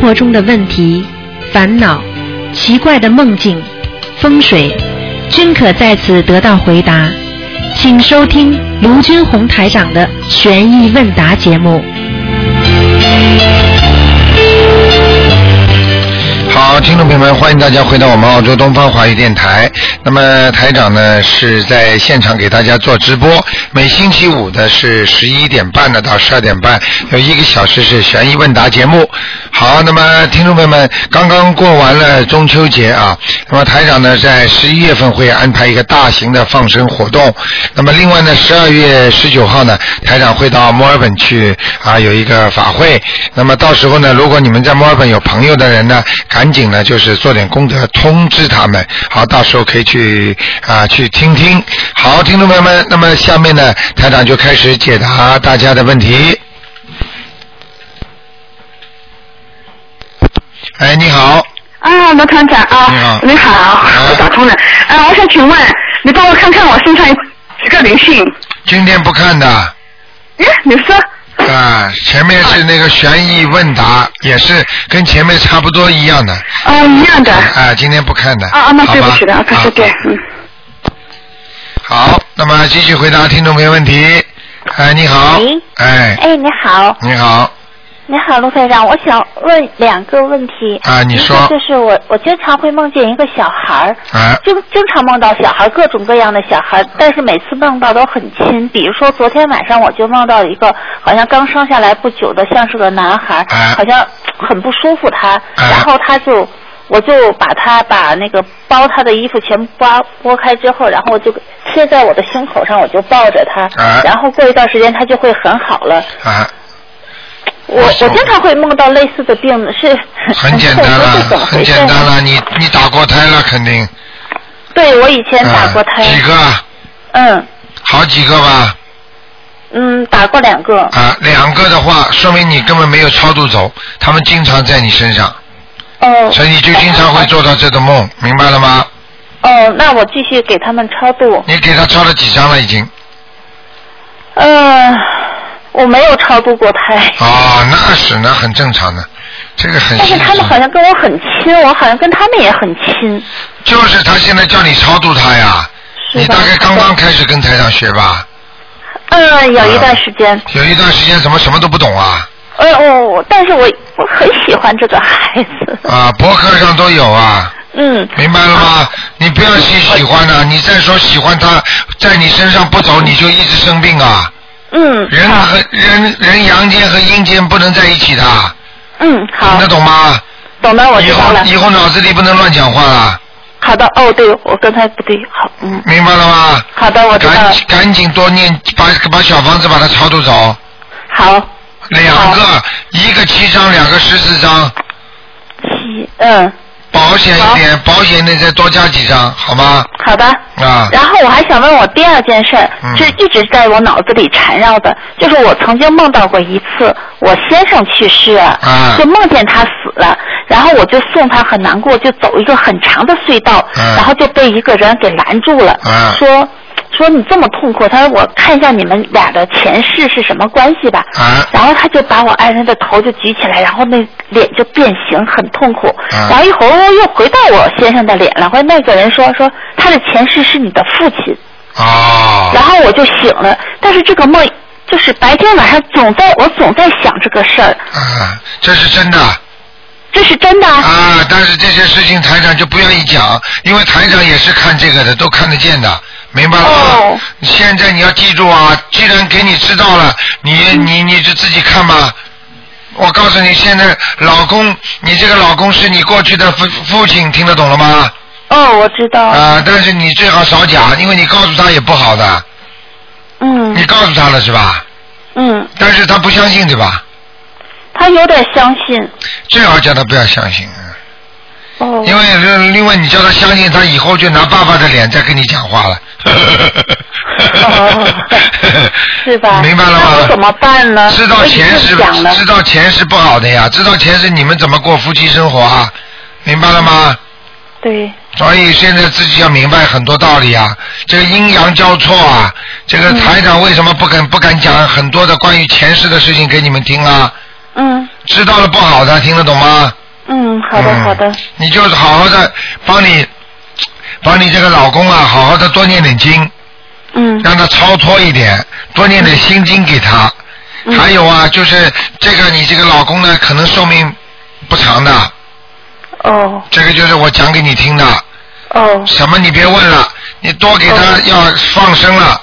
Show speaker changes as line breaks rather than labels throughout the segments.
活中的问题、烦恼、奇怪的梦境、风水，均可在此得到回答。请收听卢军红台长的《悬疑问答》节目。
好，听众朋友们，欢迎大家回到我们澳洲东方华语电台。那么台长呢是在现场给大家做直播，每星期五的是十一点半呢到十二点半，有一个小时是悬疑问答节目。好，那么听众朋友们，刚刚过完了中秋节啊，那么台长呢在十一月份会安排一个大型的放生活动。那么另外呢，十二月十九号呢，台长会到墨尔本去啊有一个法会。那么到时候呢，如果你们在墨尔本有朋友的人呢，赶紧呢就是做点功德通知他们，好，到时候可以去啊去听听。好，听众朋友们，那么下面呢，台长就开始解答大家的问题。哎，你好，
啊，罗团长啊，
你好
你好，我打通了。
呃
啊，我想请问，你帮我看看我身上几个灵性？
今天不看的
耶，你说
啊，前面是那个悬疑问答，也是跟前面差不多一样的
呃
啊，一样的。啊
啊，今天不看的。
啊，那
好
对
吧
不起了，啊，对对对，嗯。
好，那么继续回答听众朋友问题。哎，你好
喂，
哎，
哎，你好，
你好，
你好，卢科长，我想问两个问题。
啊你
一个
说
就是我，我经常会梦见一个小孩儿，
哎，
经经常梦到小孩儿，各种各样的小孩儿，但是每次梦到都很亲。比如说昨天晚上我就梦到一个好像刚生下来不久的，像是个男孩儿，
哎
好像很不舒服他，
哎
然后他就。我就把他把那个包他的衣服全扒剥开之后，然后就贴在我的胸口上，我就抱着他，
哎
然后过一段时间他就会很好了。
啊，
我我经常会梦到类似的病，是
很简单 了，
是怎么
很
回事
简单啊了，你你打过胎了肯定。
对，我以前打过
啊几
胎，
个啊？
嗯
好几个吧？
嗯，打过两个，
啊，两个的话，说明你根本没有超度走，他们经常在你身上，
哦
所以你就经常会做到这种梦，明白了吗？
哦，那我继续给他们超度，
你给他抄了几张了已经？
嗯，我没有超度过胎，
哦，那是那很正常的，这个很
但是
稀
他们
奇
好像跟我很亲，我好像跟他们也很亲，
就是他现在叫你超度他呀，你
是吧
大概刚刚开始跟台上学吧？
嗯，有一段时间，
有一段时间怎么什么都不懂啊？
呃，我我，但是我我很喜欢这个孩子，
啊，博客上都有啊，
嗯，
明白了吗？你不要去喜欢他，你再说喜欢他，在你身上不走，你就一直生病啊。
嗯，
人
好，
和人人阳间和阴间不能在一起的，
嗯，
听
好
得，懂吗？
懂了，哦我
以
知道
后
了，
以后脑子里不能乱讲话了，
好的，哦，对，我刚才不对，好，嗯，
明白了吗？
好的，我啊知道了
赶。赶紧多念，把把小房子把它超度走，
好，
两个，一个七张，两个十四张，
七，嗯，
保险一点，保险的再多加几张，好吗？
好的。
啊，
然后我还想问我第二件事儿
嗯，
就是一直在我脑子里缠绕的，就是我曾经梦到过一次，我先生去世了
啊，
就梦见他死了，然后我就送他，很难过，就走一个很长的隧道，
嗯
然后就被一个人给拦住了
嗯，
说说你这么痛苦，他说我看一下你们俩的前世是什么关系吧，
啊，
然后他就把我爱人的头就举起来，然后那脸就变形，很痛苦。
嗯
然后一会儿又回到我先生的脸了。后来那个人说说他的前世是你的父亲，然
哦，
后我就醒了。但是这个梦就是白天晚上总在我总在想这个事儿，
啊，这是真的
这是真的啊。
啊，但是这些事情台长就不愿意讲，因为台长也是看这个的，都看得见的。明白了吗
哦？
现在你要记住啊，既然给你知道了，你
嗯
你你就自己看吧。我告诉你，现在老公，你这个老公是你过去的父父亲，听得懂了吗？
哦，我知道。
啊、但是你最好少讲，因为你告诉他也不好的。
嗯
你告诉他了是吧？
嗯，
但是他不相信对吧？
他有点相 信。
最好叫他不要相信，
哦
嗯因为因为你叫他相信，他以后就拿爸爸的脸在跟你讲话了。
哦是吧？
明白了
那我怎
吗？
么办呢？
知道
我已经
前世
想了。
知道前世不好的呀，知道前世你们怎么过夫妻生活啊？明白了吗？
对，
所以现在自己要明白很多道理啊，这个阴阳交错啊，这个台长为什么不敢不敢讲很多的关于前世的事情给你们听啊？
嗯
知道了不好的，听得懂吗？
嗯，好的
嗯
好的，
你就好好的帮你帮你这个老公啊，好好的多念点经，
嗯
让他超脱一点，多念点心经给他。
嗯
还有啊，就是这个你这个老公呢，可能寿命不长的，
哦
这个就是我讲给你听的。
哦
什么你别问了，你多给他
哦
要放生了，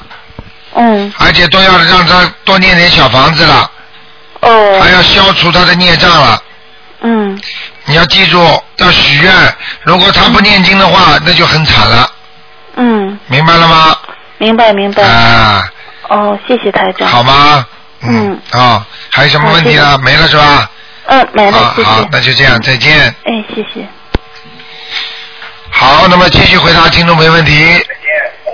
嗯
而且都要让他多念点小房子了，
哦
还要消除他的孽障了。
嗯
你要记住，要许愿。如果他不念经的话，那就很惨了，
嗯，
明白了吗？
明白明白。
啊，
哦，谢谢台长。
好吗？
嗯
啊、还有什么问题
好
啊？没了是吧？
嗯，没了
啊，，
谢谢。
好，那就这样，再见。
哎，谢谢。
好，那么继续回答听众朋友问题。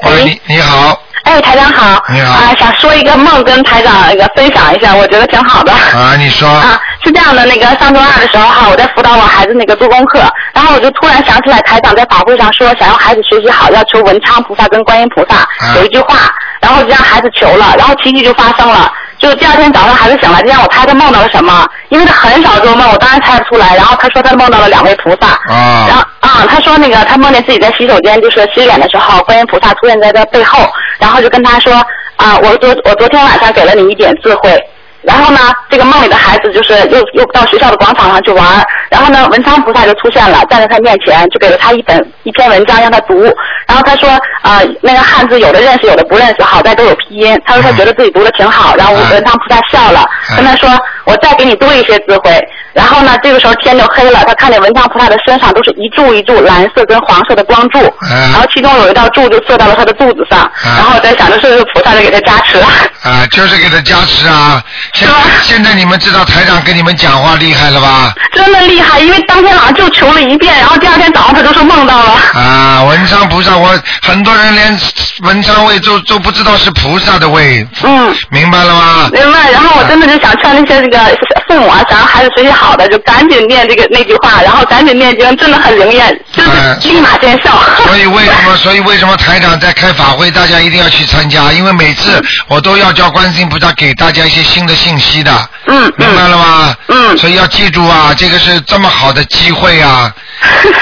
喂，你你好，
哎，台长好。
你好
啊，想说一个梦跟台长那个分享一下，我觉得挺好的。
啊，你说，
啊，是这样的，那个上周二的时候哈，我在辅导我孩子那个做功课，然后我就突然想起来台长在法会上说，想要孩子学习好，要求文昌菩萨跟观音菩萨、
啊
有一句话，然后就让孩子求了，然后奇迹就发生了。就第二天早上孩子醒来，就让我猜他梦到了什么，因为他很少做梦，我当然猜不出来。然后他说他梦到了两位菩萨，
啊
然后啊，他说那个他梦见自己在洗手间，就是洗脸的时候，观音菩萨出现在他背后，然后就跟他说啊，我昨我昨天晚上给了你一点智慧。然后呢，这个梦里的孩子就是又又到学校的广场上去玩儿，然后呢，文昌菩萨就出现了，站在他面前，就给了他一本一篇文章让他读。然后他说，啊、那个汉字有的认识，有的不认识，好在都有拼音。他说他觉得自己读的挺好，然后
嗯
文昌菩萨笑了，
嗯
跟他说，我再给你多一些智慧。然后呢，这个时候天就黑了，他看见文昌菩萨的身上都是一柱一柱蓝色跟黄色的光柱，
嗯
然后其中有一道柱就射到了他的肚子上，
嗯
然后我在想着是不是菩萨在给他加持了。
啊，就是给他加持啊。现
是吧
现在你们知道台长跟你们讲话厉害了吧？
真的厉害，因为当天晚上就求了一遍，然后第二天早上他就说梦 到了。
啊，文昌菩萨，我很多人连文昌位都都不知道是菩萨的位，
嗯，
明白了吗？
另外，然后我真的就想劝那些这个父母啊，想让孩子学习好的，就赶紧念这个那句话，然后赶紧念经，真的很灵验，就是立马见效。
啊所以为什么？所以为什么台长在开法会，大家一定要去参加？因为每次
嗯
我都要叫观世音菩萨给大家一些新的信息的，
嗯
明白
嗯
了吗？
嗯
所以要记住啊，这个是这么好的机会 啊！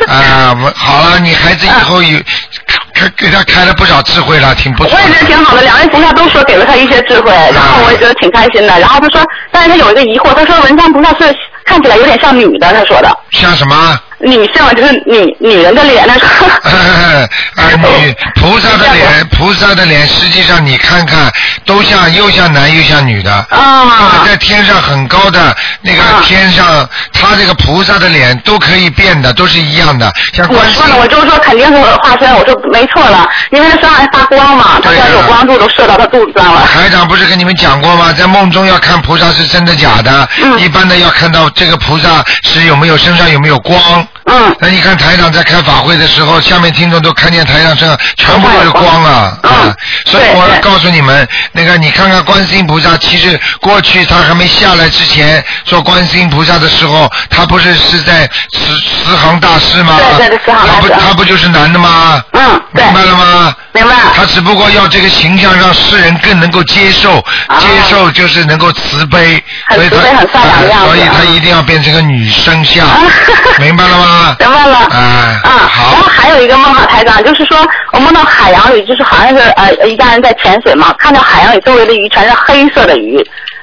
啊，我好了，你孩子以
啊
后有开给他开了不少智慧了，挺不
我
错
也觉得
的。
挺好的，两位菩萨都说给了他一些智慧，然后我也觉得挺开心的。然后他说，但是他有一个疑惑，他说文昌菩萨是看起来有点像女的，他说的，
像什么？
女性就是女女人的脸，他说。
啊，女菩萨的脸，菩萨的脸，实际上你看看，都像又像男又像女的。
啊，
在天上很高的那个
啊
天上，他这个菩萨的脸都可以变的，都是一样的。像
我
观世
说呢，我就说肯定是化身，我说没错了，因为他身上还发光嘛，他
对啊呀
要有光柱都射到他肚子上了。
台长不是跟你们讲过吗？在梦中要看菩萨是真的假的，
嗯
一般的要看到这个菩萨是有没有身上有没有光。
嗯
那你看台长在开法会的时候，下面听众都看见台上身上全部都是光啊！
嗯
啊，所以
对
我
对
告诉你们，那个你看看观世音菩萨，其实过去他还没下来之前做观世音菩萨的时候，他不是是在慈慈航大师吗？
对对对慈航大
他
师
不他不就是男的吗？
嗯，对，
明白了吗？
明白了。
他只不过要这个形象让世人更能够接受，
啊
接受就是能够慈悲，
很
所以他
慈悲很善良的样子
所以他
啊
一定要变成个女生 相，
啊
明白了吗？
明白了。
哎
啊，
好
然后还有一个梦哈，台长，就是说我梦到海洋里，就是好像是呃一家人在潜水嘛，看到海洋里周围的鱼全是黑色的鱼，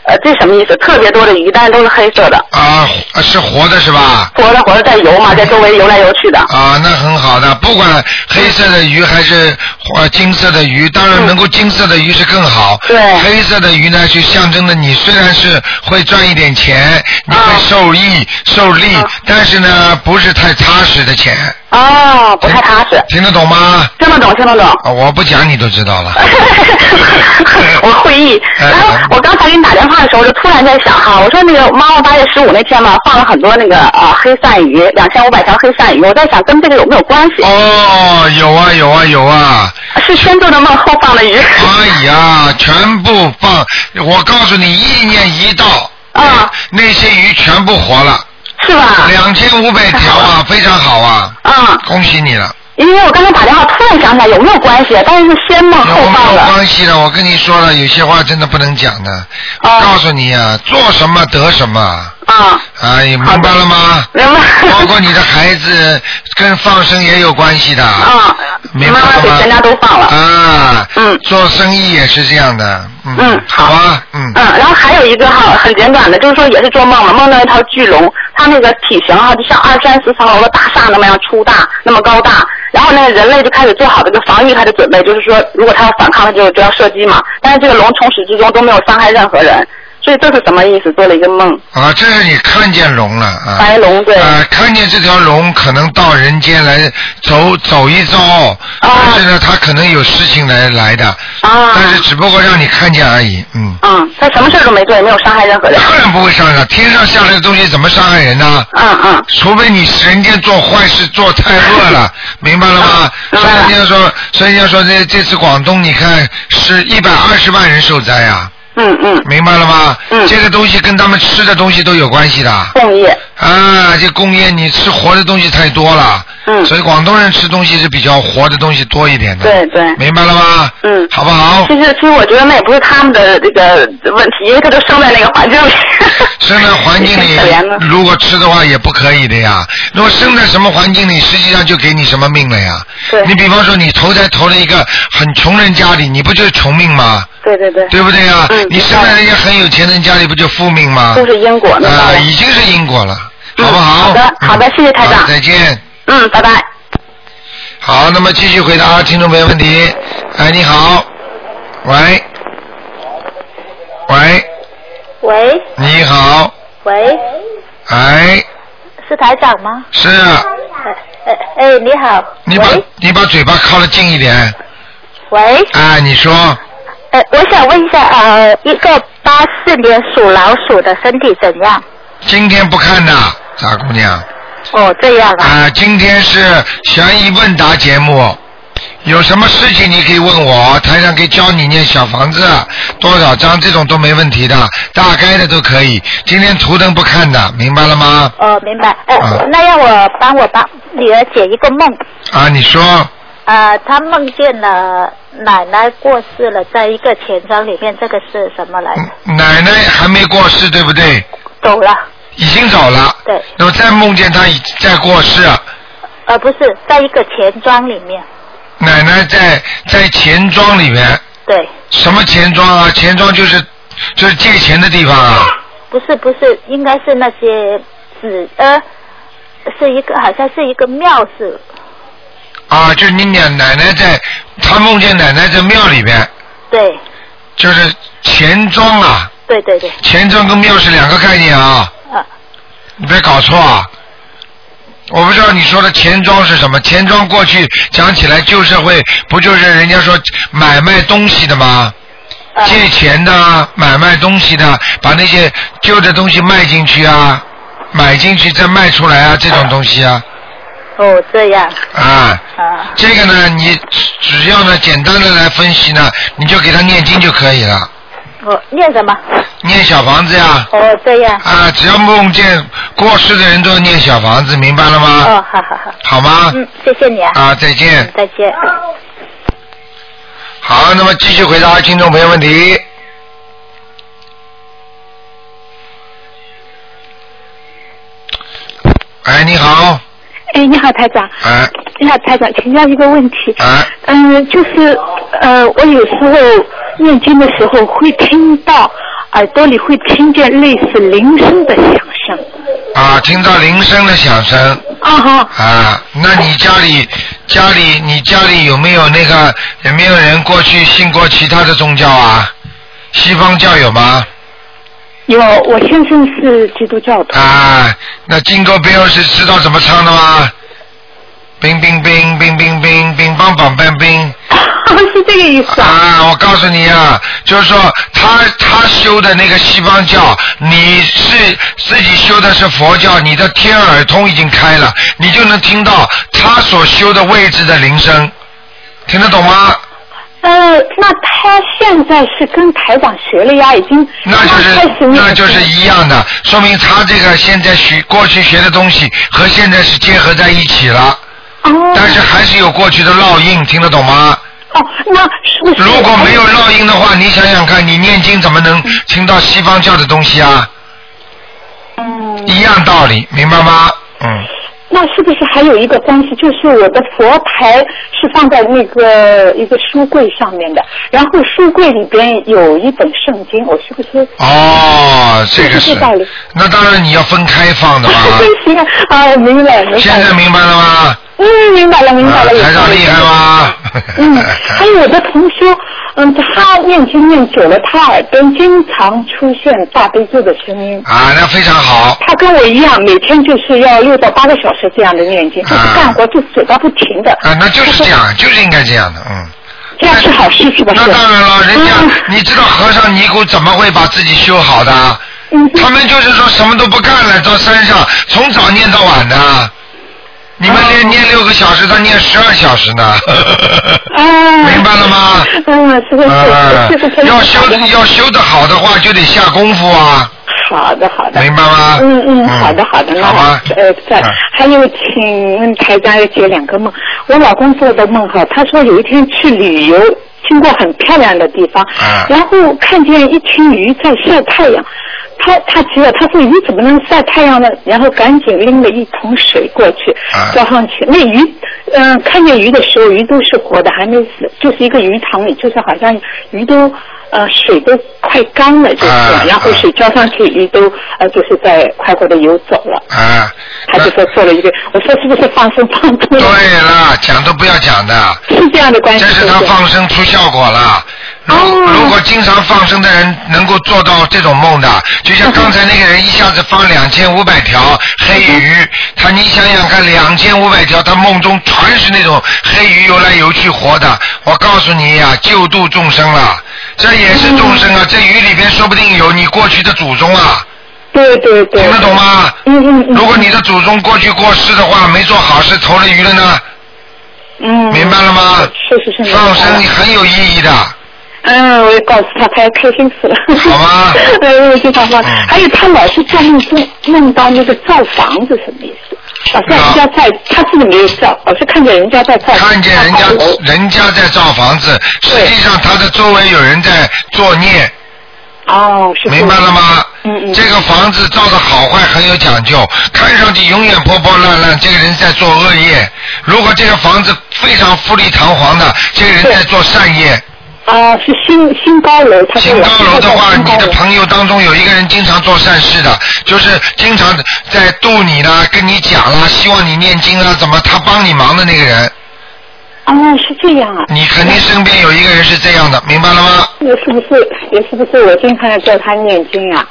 呃，这什么意思？特别多的鱼，但是都是黑色的，
啊，是活的是吧？
活着活着在游嘛，在周围游来游去的。
啊，那很好的，不管黑色的鱼还是呃金色的鱼，当然
嗯
能够金色的鱼是更好。
对
黑色的鱼呢，就象征着你虽然是会赚一点钱，你会
啊
受益、受力
啊，
但是呢，不是太踏实的钱。
哦，不太踏实，
听得懂吗？
听得懂，听得懂。
啊，我不讲你都知道了。
我会意。
哎
然后我刚才给你打电话的时候，我就突然在想哈，我说那个妈妈八月十五那天嘛，放了很多那个呃黑鳝鱼，两千五百条黑鳝鱼，我在想跟这个有没有关系？
哦，有啊有啊有啊！
是先做的梦后放的鱼。
哎呀，全部放！我告诉你，意念一到，
啊，
那些鱼全部活了，
是
啊
吧？
两千五百条 啊，非常好啊！
啊，
恭喜你了，
因为我刚才打电话突然想起来有没有关系，但是是先
哦
梦
有
后
没
放
有
的。
关系的？我跟你说了，有些话真的不能讲的。啊
哦
告诉你啊，做什么得什么。
啊，
啊，你明白 了吗？
明白。
包 括你的孩子跟放生也有关系的。
啊，
哦明白
妈
了
妈
吗？
给全家都放了。
啊。
嗯
做生意也是这样的。嗯。
嗯
好啊，嗯。
嗯，然后还有一个哈，很简短的，就是说也是做梦嘛，梦到一条巨龙，它那个体型哦哈，就像二三十层楼的大厦那么样粗大，那么高大。然后那个人类就开始做好这个防御，开始准备，就是说如果它要反抗，它就就要射击嘛。但是这个龙从始至终都没有伤害任何人，所以这是什么意思？做了一个梦，
啊，这是你看见龙了啊。
白龙对，
啊，看见这条龙可能到人间来走走一遭，但是呢，它可能有事情来来的，
啊，
但是只不过让你看见而已，嗯。
嗯，他什么事儿都没做，也没有伤害任何人。
当然不会伤害，天上下来的东西怎么伤害人呢？
嗯嗯
除非你人间做坏事做太 恶了，明白了吗？
嗯
所
明白了
以人家说，所以人家说这这次广东你看是一百二十万人受灾啊，
嗯嗯，
明白了吗？
嗯
这个东西跟他们吃的东西都有关系的
共业，
啊，这工业你吃活的东西太多了，
嗯
所以广东人吃东西是比较活的东西多一点的，
对对。
明白了吗？
嗯
好不好？
其实，其实我觉得那也不是他们的这个问题，因为他就生在那个环境里。
生在环境里
挺可怜的，
如果吃的话也不可以的呀。如果生在什么环境里，实际上就给你什么命了呀。
对
你比方说，你投胎投了一个很穷人家里，你不就是穷命吗？
对对对，
对不对呀？
嗯
你生在一个很有钱人家里，不就富命吗？
都是因果的。
啊，已经是因果了，
嗯
好不好？
好的好的
嗯
谢谢台长
好再见。
嗯，拜拜。
好，那么继续回答听众朋友问题。哎，你好，喂，喂，
喂
你好，
喂，
哎，
是台长吗？
是。啊
哎哎哎，你好。
你把
喂
你把嘴巴靠得近一点，
喂，
啊，你说
呃，我想问一下，呃，一个八四年属老鼠的身体怎样？
今天不看的，傻姑娘
哦，这样啊。
啊，今天是悬疑问答节目，有什么事情你可以问我，台上可以教你念小房子多少张，这种都没问题的，大概的都可以。今天图腾不看的，明白了吗？
哦，明白。呃，
嗯
那让我帮我帮女儿解一个梦。
啊，你说
呃，她梦见了奶奶过世了，在一个钱庄里面，这个是什么来着？
嗯奶奶还没过世，对不对？
走了。
已经走了。
对。
那么再梦见她已在过世，啊
呃，不是，在一个钱庄里面。
奶奶在在钱庄里面。
对，
什么钱庄啊？钱庄就是就是借钱的地方啊。
不是不是，应该是那些纸呃，是一个好像是一个庙是
啊，就是你奶奶奶在，她梦见奶奶在庙里边，
对，
就是钱庄啊，
对对对，
钱庄跟庙是两个概念啊，
啊，
你别搞错啊。我不知道你说的钱庄是什么？钱庄过去讲起来旧社会不就是人家说买卖东西的吗？
呃，
借钱的啊，买卖东西的，把那些旧的东西卖进去啊，买进去再卖出来啊，这种东西啊，
哦，这样
啊，
啊，
这个呢，你只只要呢简单的来分析呢，你就给他念经就可以了，
我哦念什么？
念小房子呀。
哦，这样，
啊，只要梦见过世的人都要念小房子，明白了吗？
哦，好好好，
好吗？
嗯，谢谢你啊，
啊，再见
嗯。再见。
好，那么继续回答听众朋友问题。哎，你好，
哎，你好，台长。
哎
你好，台长，请教一个问题。
哎，
嗯，就是呃，我有时候念经的时候会听到耳朵里会听见类似铃声的响声。
啊，听到铃声的响声，
啊哈，
啊，那你家里家里你家里有没有那个有没有人过去信过其他的宗教啊？西方教有吗？
有，我先生是基督教徒。
啊，那金钩标是知道怎么唱的吗？冰冰冰冰冰冰冰棒棒冰冰
是这个意思啊？
啊！我告诉你啊，就是说他他修的那个西方教，你是自己修的是佛教，你的天耳通已经开了，你就能听到他所修的位置的铃声，听得懂吗？
呃，那他现在是跟台长学了呀，已经
那就是
他啊开始念
那就是
经
一样的，说明他这个现在学过去学的东西和现在是结合在一起了，
哦
但是还是有过去的烙印，听得懂吗？
哦，那是不是
如果没有烙印的话，
嗯
你想想看，你念经怎么能听到西方教的东西啊？一样道理，明白吗？嗯，
那是不是还有一个关系，就是我的佛牌是放在那个一个书柜上面的，然后书柜里边有一本圣经，我是不是？
哦，这个
这
是
个道理，
那当然你要分开放的嘛。
对 行啊，啊，我明白了，明白
现在
了，
明白了吗？
嗯，明白了，明白
啊
了，有
台
道
长
理
厉害？吗？
嗯，还有我的同修，嗯，他念经念久了，他耳边经常出现大悲咒的声音。
啊，那非常好。
他跟我一样，每天就是要六到八个小时这样的念经，就是干活就嘴巴不停的。
啊，那就是这 样，就是应该这样的，嗯。
这样是好事是吧？
那
是
当然了，人家、
嗯
你知道和尚尼姑怎么会把自己修好的？啊
嗯
他们就是说什么都不干了，到山上从早念到晚的。你们连念六个小时，他念十二小时 呢。
啊，
明白了吗？
嗯，是的，
啊
是的，是的，是的
要修要修的好的话，就得下功夫啊，
好的，好的。
明白吗？
嗯嗯，好的好的，那
好吧。
呃，在
嗯
还有，请问台长要解两个梦。我老公做的梦哈，他说有一天去旅游，经过很漂亮的地方，
啊
然后看见一群鱼在晒太阳，他他急了，他说鱼怎么能晒太阳呢？然后赶紧拎了一桶水过去
啊
浇上去。那鱼，嗯、看见鱼的时候，鱼都是活的，还没死，就是一个鱼塘里，就是好像鱼都。呃，水都快干了，就是，
啊
然后
啊
水浇上去，鱼都呃，就是在快活的游走了。
啊，
他就说做了一个，我说是不是放生放多
那
了？
对了，讲都不要讲的，
是这样的关系。
这是他
对不对
放生出效果了。如
哦
如果经常放生的人能够做到这种梦的，就像刚才那个人一下子放两千五百
嗯
条黑鱼，他你想想看，两千五百条，他梦中全是那种黑鱼游来游去活的。我告诉你呀、救度众生了，这也是众生
嗯
啊，这鱼里边说不定有你过去的祖宗啊，
对对对。
听得懂吗？
嗯嗯嗯。
如果你的祖宗过去过世的话，没做好事投了鱼了呢，
嗯
明白了吗？
是是是。明白
放
了
生很有意义的，
嗯，我也告诉他，他要开心死了。
好 吗
嗯，我知道吗？
嗯
还有他老是做梦中梦到那个造房子什么意思？老是人家在，他自己没有造，老是看见人家在造。
啊看见人家
造楼
人家在造房子，实际上他的周围有人在作孽，
哦，是。
明白了？吗？
嗯嗯
这个房子造的好坏很有讲究，看上去永远破破烂烂，这个人在做恶业；如果这个房子非常富丽堂皇的，这个人在做善业。
啊，是新新高楼，他说
新高
老是
楼的
在
话，
新高
你的
楼
朋友当中有一个人经常做善事的，就是经常在度你呢，跟你讲啦，希望你念经啦，怎么他帮你忙的那个人，
啊，是这样啊。
你肯定身边有一个人是这样的，明白了吗？
也是不是也是不是我经常要叫他念经啊？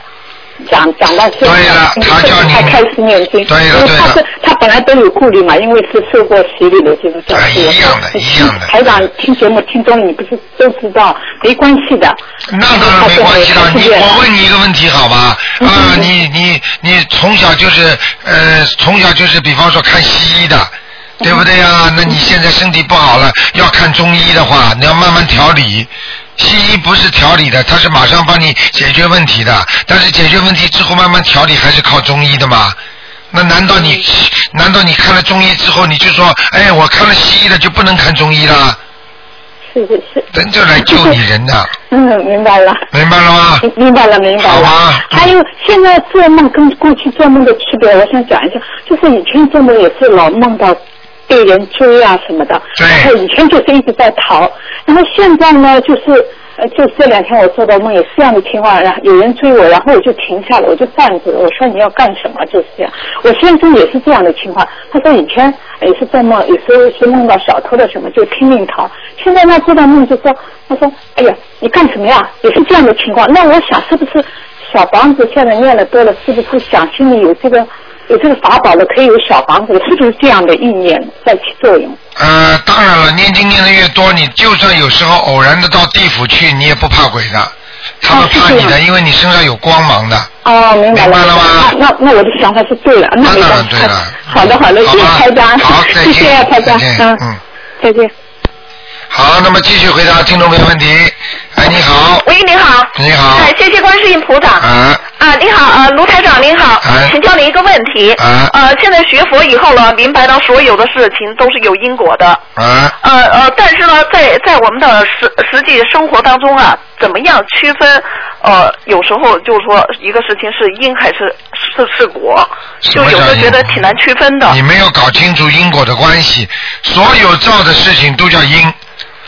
讲讲到现在，
对了他叫你
他开始念经，
对了
因为
对了
他是他本来都有顾虑嘛，因为是受过洗礼的这种教
哎
育。
一样的
我
一样的
台长听节目听多了，你不是都知道，没关系的。
那当然没关系了。
他
你
是
我问你一个问题好吧？
嗯
啊，你你你从小就是呃，从小就是比方说看西医的，对不对呀？那你现在身体不好了，要看中医的话，你要慢慢调理。西医不是调理的，它是马上帮你解决问题的，但是解决问题之后慢慢调理还是靠中医的嘛。那难道你难道你看了中医之后你就说，哎，我看了西医的就不能看中医了？
是是是，
人就来救你人的，
嗯，明白了。
明白了吗？
明白了，明白了。
好啊吧
还有现在做梦跟过去做梦的区别，我想讲一下，就是以前做梦也是老梦到被人追啊什么的，
对
然后以前就是一直在逃，然后现在呢就是。呃，就这两天我做的梦也是这样的情况，然后有人追我，然后我就停下了，我就站住了。我说你要干什么？就是这样。我先生也是这样的情况，他说以前也是做梦，有时候是梦到小偷了什么就拼命逃，现在呢做到梦就说，他说哎呀你干什么呀？也是这样的情况。那我想是不是小房子现在念的多了，是不是想心里有这个有这个法宝了，可以有小房子了，是不是这样的意念在起作用？
呃，当然了，念经念的越多，你就算有时候偶然的到地府去，你也不怕鬼的，他们
哦是
怕你
这
的，
样
因为你身上有光芒的。
哦，明白了，
明白了吗
那那那我的想法是对了，那
那
没
当
办
然
法
对了。
好的好的，
好
谢谢
吧
台长，
好，再
谢
见，
谢台
再
长，
见，
嗯，再见。
好，那么继续回答听众朋友问题。哎，你好，
喂，您好。
你好，
哎，谢谢观世音菩萨。
啊，
啊，您好，啊，卢台长您好
哎，
请教您一个问题。
啊
呃，现在学佛以后呢，明白到所有的事情都是有因果的。
啊，
呃呃，但是呢，在在我们的实实际生活当中啊，怎么样区分
呃，有时候就是说一个事情是因还是是是果，
什
就
么
有
叫
的
因
觉得挺难区分的。
你没有搞清楚因果的关系，所有造的事情都叫因，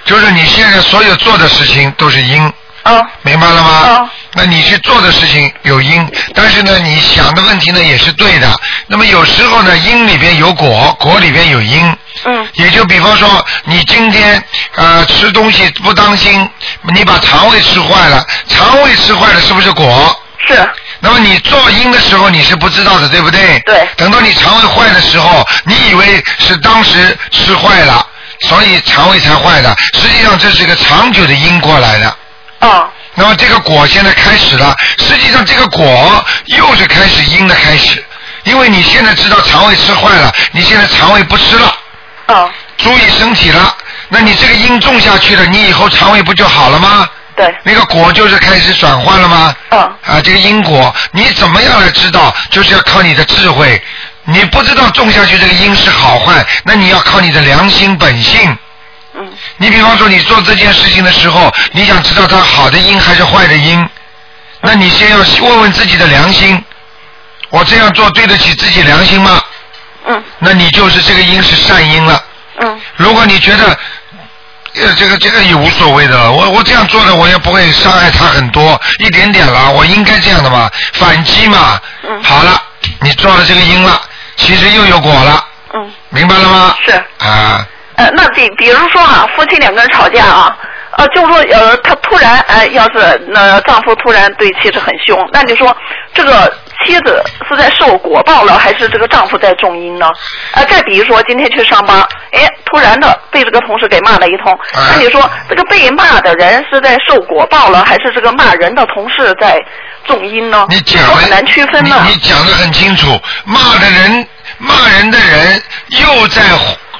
就是你现在所有做的事情都是因，
嗯
明白了吗？
嗯
那你去做的事情有因，但是呢，你想的问题呢也是对的。那么有时候呢，因里边有果，果里边有因。
嗯
也就比方说，你今天呃吃东西不当心，你把肠胃吃坏了，肠胃吃坏了是不是果？
是
那么你做阴的时候你是不知道的，对不对？
对
等到你肠胃坏的时候，你以为是当时吃坏了，所以肠胃才坏的。实际上这是一个长久的因过来的。
嗯
那么这个果现在开始了，实际上这个果又是开始因的开始，因为你现在知道肠胃吃坏了，你现在肠胃不吃了，
嗯，
注意身体了，那你这个因种下去了，你以后肠胃不就好了吗？
对，
那个果就是开始转换了吗？
嗯
啊，这个因果你怎么样来知道？就是要靠你的智慧。你不知道种下去这个因是好坏，那你要靠你的良心本性。
嗯
你比方说，你做这件事情的时候，你想知道它好的因还是坏的因，那你先要问问自己的良心，我这样做对得起自己良心吗？
嗯
那你就是这个因是善因了。
嗯
如果你觉得，呃，这个这个也无所谓的了，我我这样做的我也不会伤害他很多，一点点啦，我应该这样的嘛，反击嘛。
嗯
好了，你做了这个因了，其实又有果了，
嗯，
明白了吗？
是。
啊，
呃，那比比如说啊，夫妻两个人吵架啊，呃，就说呃，他突然呃，要是那丈夫突然对妻子很凶，那你说这个妻子是在受果报了，还是这个丈夫在种因呢？呃，再比如说今天去上班，哎，突然的被这个同事给骂了一通，
哎
那你说这个被骂的人是在受果报了，还是这个骂人的同事在种因呢？
你讲的
我很难区分呢
你。你讲的很清楚，骂的人骂人的人又在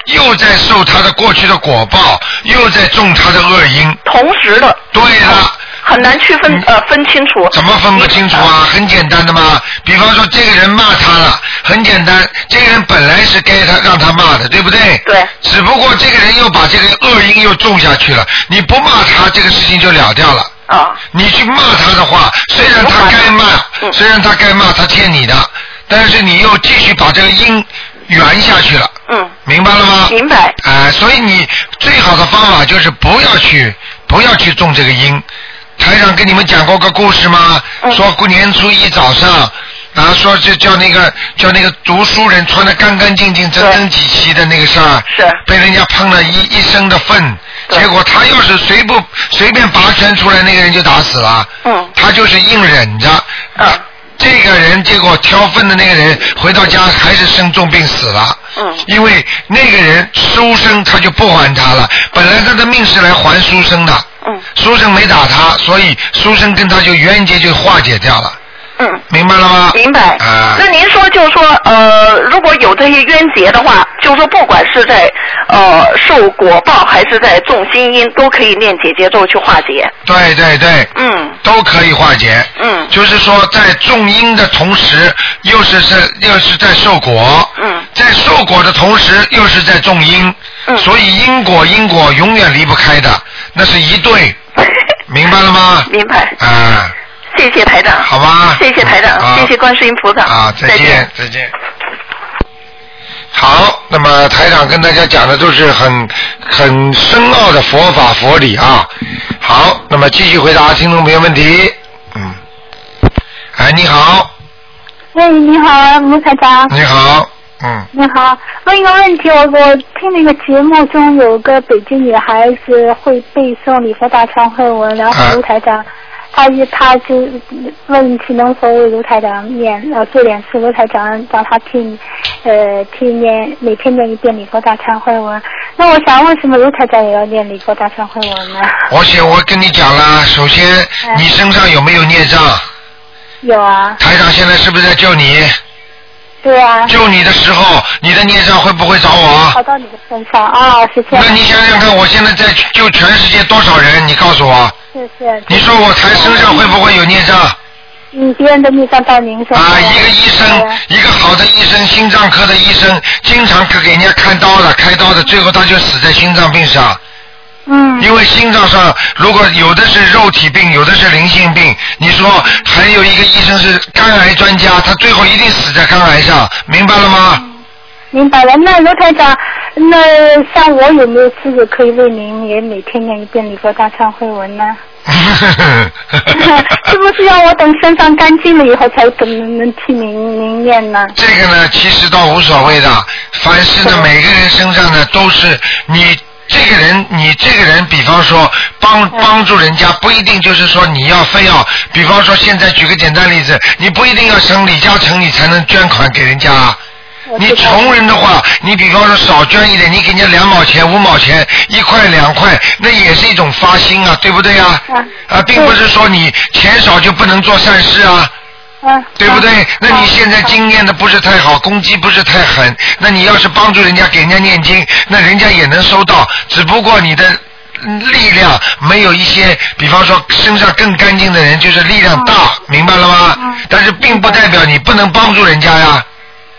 又在受他的过去的果报，又在种他的恶因。
同时的，
对了。
很难区分
嗯
呃分清楚。
怎么分不清楚啊？很简单的嘛，比方说这个人骂他了，很简单，这个人本来是该他让他骂的，对不对？
对。
只不过这个人又把这个恶因又种下去了，你不骂他，这个事情就了掉了。
啊？
你去骂他的话，虽然他该骂，
嗯
虽然他该骂，他欠你的，但是你又继续把这个因圆下去了，
嗯，
明白了吗？
明白。
啊、所以你最好的方法就是不要去，不要去种这个因。台长跟你们讲过个故事吗？
嗯
说过年初一早上，然后说就叫那个叫那个读书人穿的干干净净、整整齐齐的那个事儿，
是
被人家喷了一一身的粪，
对
结果他要是随不随便拔拳出来，那个人就打死了。
嗯
他就是硬忍着。
嗯
这个人结果挑粪的那个人回到家还是生重病死了。
嗯
因为那个人书生他就不还他了，本来他的命是来还书生的，
嗯
书生没打他，所以书生跟他就冤结就化解掉了，
嗯，
明白了吗？
明白。
啊、
那您说，就是说，呃，如果有这些冤结的话，就是说，不管是在呃受果报，还是在种心因，都可以念解结咒去化解。
对对对，
嗯
都可以化解。
嗯
就是说，在种因的同时，又是在又是在受果。
嗯
在受果的同时，又是在种因。
嗯
所以因果因果永远离不开的，那是一对，明白了吗？
明白。
啊，
谢谢台长。
好吧。
嗯谢谢台长，
啊
谢谢观世音菩萨。
啊，再见，再见。好，那么台长跟大家讲的都是很很深奥的佛法佛理啊。好，那么继续回答听众朋友问题。嗯，哎，你好，
喂，哎你好，卢台长。
你好，嗯，
你好，问一个问题，我我听那个节目中有个北京女孩子会背诵礼佛大忏悔文，然
啊
后卢台长，她就她就问起能否为卢台长念呃做两次卢台长让她听呃听念每天念一遍礼佛大忏悔文。那我想为什么卢台长也要念礼佛大忏悔文呢？
我想我跟你讲了，首先你身上有没有孽障？
有啊，
台长现在是不是在救你？
对啊，
救你的时候，你的孽障会不会找
跑
我？
到你的身上啊，是这样
那，你想想看，我现在在救全世界多少人？你告诉我，
是是，
你说我台身上会不会有孽障？
嗯，别人的孽障到您身上
啊，一个医生，一个好的医生，心脏科的医生，经常给人家看刀的、开刀的，最后他就死在心脏病上。
嗯
因为心脏上如果有的是肉体病，有的是灵性病，你说还有一个医生是肝癌专家，他最后一定死在肝癌上，明白了吗？
明白了。那罗台长，那像我有没有资格可以为您也每天念一遍礼佛大忏悔文呢？ 是不是要我等身上干净了以后才怎么能替您您念呢？
这个呢，其实倒无所谓的。凡是呢，每个人身上呢，都是你这个人，你这个人，比方说帮帮助人家，不一定就是说你要非要。比方说，现在举个简单例子，你不一定要成李嘉诚，你才能捐款给人家啊。你穷人的话，你比方说少捐一点，你给人家两毛钱、五毛钱、一块、两块，那也是一种发心啊，对不对啊？啊，并不是说你钱少就不能做善事啊。
嗯，
对不对？那你现在经验的不是太好，攻击不是太狠，那你要是帮助人家给人家念经，那人家也能收到，只不过你的。嗯力量没有一些，比方说身上更干净的人，就是力量大，明白了吗？但是并不代表你不能帮助人家呀。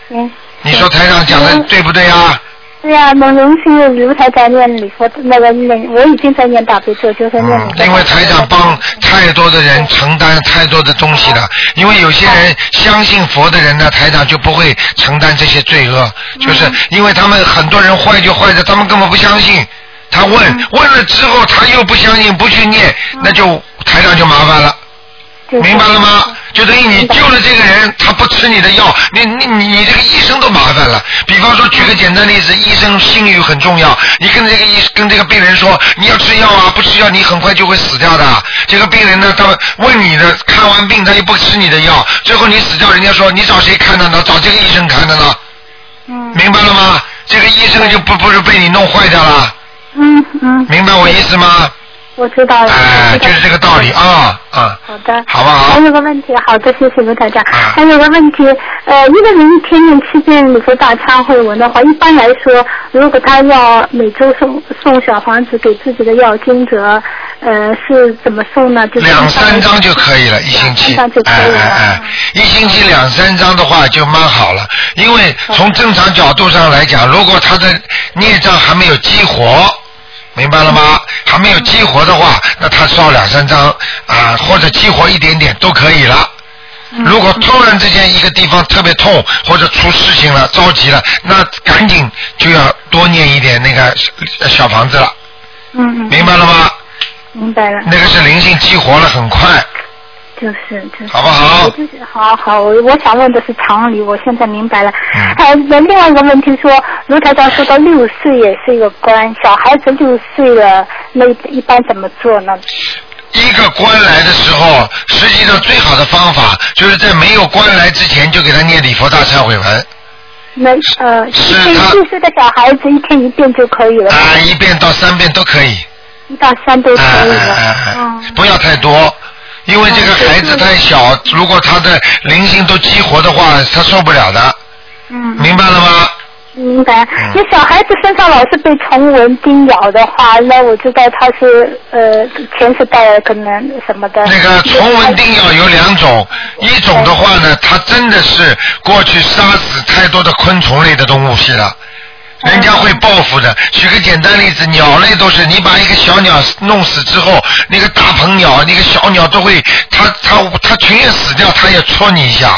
嗯，
你说台长讲的对不对啊呀？
对哎呀、能荣幸卢台长念礼佛那个念，我已经在念大悲咒，就是念礼佛。
嗯因为台长帮太多的人承担太多的东
哦
西了，因为有些人相信佛的人呢，台长就不会承担这些罪恶，
嗯
就是因为他们很多人坏就坏在他们根本不相信，他
嗯
问问了之后他又不相信不去念，那就台长就麻烦了。明白了吗？就等于你救了这个人，他不吃你的药，你你你你这个医生都麻烦了。比方说，举个简单例子，医生信誉很重要。你跟这个医跟这个病人说，你要吃药啊，不吃药你很快就会死掉的。这个病人呢，他问你的，看完病他又不吃你的药，最后你死掉，人家说你找谁看的呢？找这个医生看的呢？
嗯。
明白了吗？这个医生就不不是被你弄坏掉了，
嗯嗯，
明白我意思吗？
我知道了。
哎、就是这个道理啊啊！
好的，
好不好啊
还有个问题，好的，谢谢卢台长。还有个问题，呃，一个人一天念七遍礼佛大忏悔文的话，一般来说，如果他要每周送送小房子给自己的要经者，呃，是怎么送呢？就是
两三张就可以了，一星期，哎哎哎，
嗯
一星期两三张的话就蛮好了，因为从正常角度上来讲，如果他的孽障还没有激活，明白了
嗯
吗？还没有激活的话，那他烧两三张啊，或者激活一点点都可以了。
嗯
如果突然之间一个地方特别痛，或者出事情了、着急了，那赶紧就要多念一点那个小呃小房子了，
嗯嗯，
明白了吗？
明白了。
那个是灵性激活了，很快。
就是就是，
好不好
我就是好好，我我想问的是常理，我现在明白了。
嗯
还有另外一个问题说，卢台长说到六岁也是一个关，小孩子六岁了，那一般怎么做呢？
一个官来的时候，实际上最好的方法就是在没有官来之前就给他念礼佛大忏悔文，
那呃，一天六岁的小孩子一天一遍就可以了，
啊，一遍到三遍都可以，啊
一到三都可以了。嗯
不要太多，因为这个孩子太小，如果他的灵性都激活的话，他受不了的，
嗯，
明白了吗？
明白。
嗯
那小孩子身上老是被虫蚊叮咬的话，那我知道他是呃前世带可能什么的。
那个虫蚊叮咬有两种，一种的话呢，它真的是过去杀死太多的昆虫类的东西了。人家会报复的。举个简单例子，鸟类都是，你把一个小鸟弄死之后，那个大鹏鸟、那个小鸟都会，它它它情愿死掉，它也戳你一下。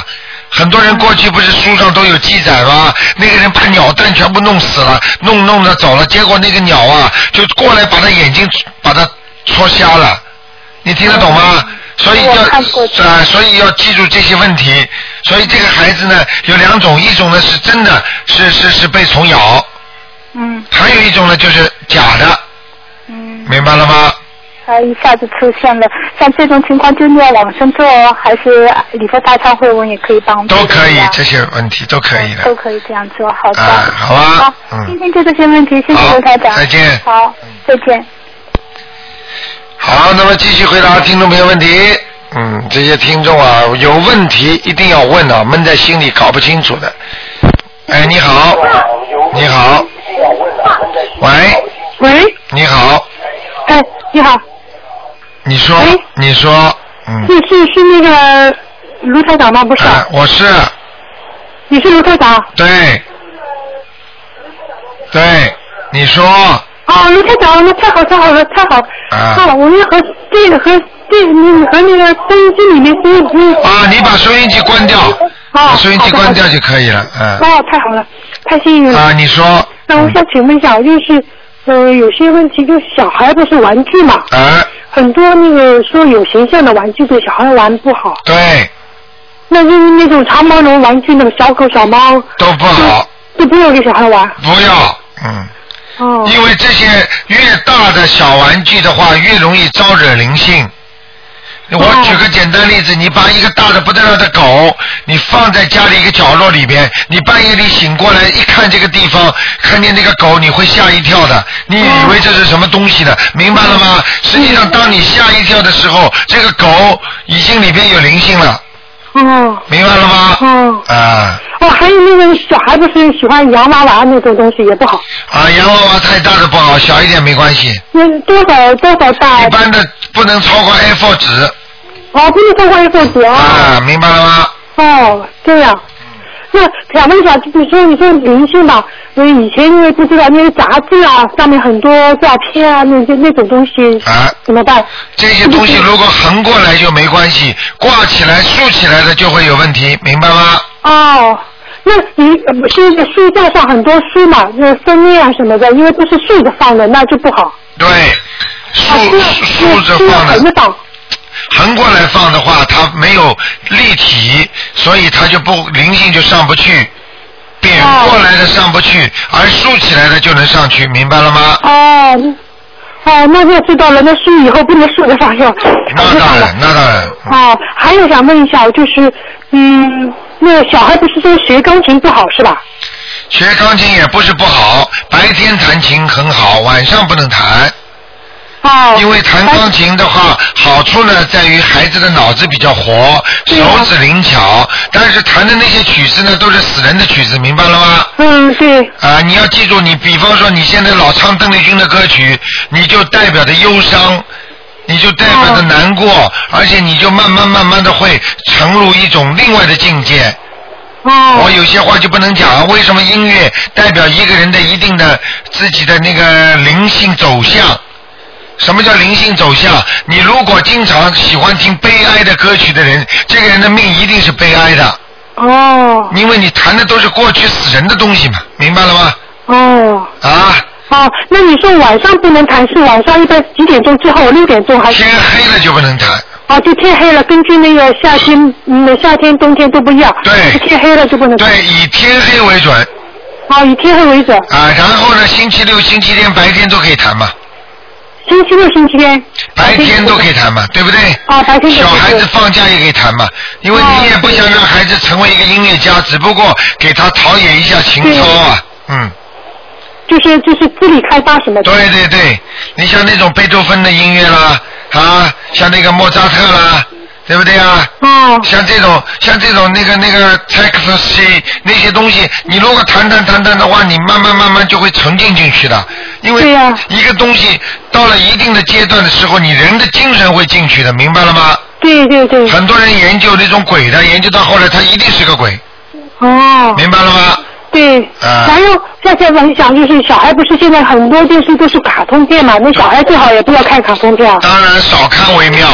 很多人过去不是书上都有记载吗？那个人把鸟蛋全部弄死了，弄弄着走了，结果那个鸟啊，就过来把它眼睛把它戳瞎了。你听得懂吗？
嗯
所以要啊、所以要记住这些问题。所以这个孩子呢，有两种，一种呢是真的是是是被虫咬，
嗯，
还有一种呢就是假的，嗯，明白了吗？
他一下子出现了，像这种情况就念往生咒哦还是礼佛大忏悔文也可以帮助。
都可以
对吧，
这些问题都可以的。
嗯都可以这样做，好的。
啊好啊嗯
今天就这些问题，谢谢刘台长。
再见
好，再见。
好，那么继续回答听众朋友问题。嗯，这些听众啊，有问题一定要问啊，闷在心里搞不清楚的。哎，你好，你好，喂，
喂，
你好，
哎，你好，
你说，你说，嗯，
是是是那个卢台长吗？不是，
啊我是嗯
你是卢台长？
对，对，你说，
哦，卢台长，那太好太好了，太好了，
啊
太好了！我那和这个和这个那个和那个哦收音机里面收音机
啊，你把收音机关掉，把收音机关掉就可以了，嗯。
哦，太好了，太幸运了。
啊，你说，嗯
那我想请问一下，就是呃，有些问题就是小孩不是玩具嘛，
啊，
很多那个说有形象的玩具对小孩玩不好，
对，
那就是那种长毛绒玩具，那个小狗小猫
都不好，
就不要给小孩玩。
不要，嗯，
哦
因为这些越大的小玩具的话，越容易招惹灵性。我
哦
举个简单例子，你把一个大的不得了的狗，你放在家里一个角落里边，你半夜里醒过来一看这个地方，看见这个狗，你会吓一跳的，你以为这是什么东西
哦
的，明白了吗？
嗯
实际上，当你吓一跳的时候，这个狗已经里边有灵性了，
哦
明白了吗？
哦
啊
哦，还有那个小孩不是喜欢洋娃娃那种东西也不好，
啊，洋娃娃太大的不好，小一点没关系，
那嗯多少多少大
一般的不能超过 A4 纸
哦，不能换一个纸
啊，明白了吗？
哦，这样。那想问一下，就比如说你说灵性吧，我以前因为不知道那些杂志啊，上面很多照片啊，那些那种东西
啊，
怎么办？
这些东西如果横过来就没关系，挂起来、竖起来的就会有问题，明白吗？
哦，那你呃不现在书架上很多书嘛，就是封面啊什么的，因为都是竖着放的，那就不好。
对，竖
啊，这样
竖竖着
这样
放
横着
的，
放。
横过来放的话，它没有立体，所以它就不灵性就上不去，扁过来的上不去，而竖起来的就能上去，明白了吗？
哦，哦，那就知道了。那书以后不能竖着放，要横
那当
着放了
然，。那当然。
哦，还有想问一下，就是，嗯，那小孩不是说学钢琴不好是吧？
学钢琴也不是不好，白天弹琴很好，晚上不能弹。
哦，
因为弹钢琴的话，好处呢在于孩子的脑子比较活，手指灵巧，但是弹的那些曲子呢都是死人的曲子，明白了吗？
嗯，对，
啊，你要记住，你比方说你现在老唱邓丽君的歌曲，你就代表着忧伤，你就代表着难过，
哦
而且你就慢慢慢慢的会沉入一种另外的境界。我
哦，
有些话就不能讲，为什么音乐代表一个人的一定的自己的那个灵性走向？什么叫灵性走向？你如果经常喜欢听悲哀的歌曲的人，这个人的命一定是悲哀的，
哦，
因为你谈的都是过去死人的东西嘛，明白了吗？
哦，
啊，
哦，那你说晚上不能弹，是晚上一般几点钟之后？六点钟还是？
天黑了就不能谈，
哦，就天黑了，根据那个夏天、嗯，夏天、冬天都不一样。
对
就天黑了就不能弹。
对，以天黑为准
哦，以天黑为准。
啊。然后呢，星期六、星期天白天都可以谈嘛，
星期六、星期天。
白天都可以
弹。
谈嘛，对不对？
哦，白天
小孩
都
子
可以
放假也可以弹嘛，因为你也不想让孩子成为一个音乐家，只不过给他陶冶一下情操啊。嗯，
就是就是自力开发什么的。
对对对，你像那种贝多芬的音乐啦，啊，像那个莫扎特啦，对不对啊？
哦，
像这种像这种那个那个 t e x s 那些东西，你如果弹弹弹弹的话，你慢慢慢慢就会沉浸进去的，因
对
为
呀
一个东西到了一定的阶段的时候，你人的精神会进去的，明白了吗？
对对对。
很多人研究那种鬼的，研究到后来他一定是个鬼，
哦。
明白了吗？
对，
啊
然后再再往想，就是小孩不是现在很多电视都是卡通片嘛，那小孩最好也不要看卡通片啊。
当然少看为妙，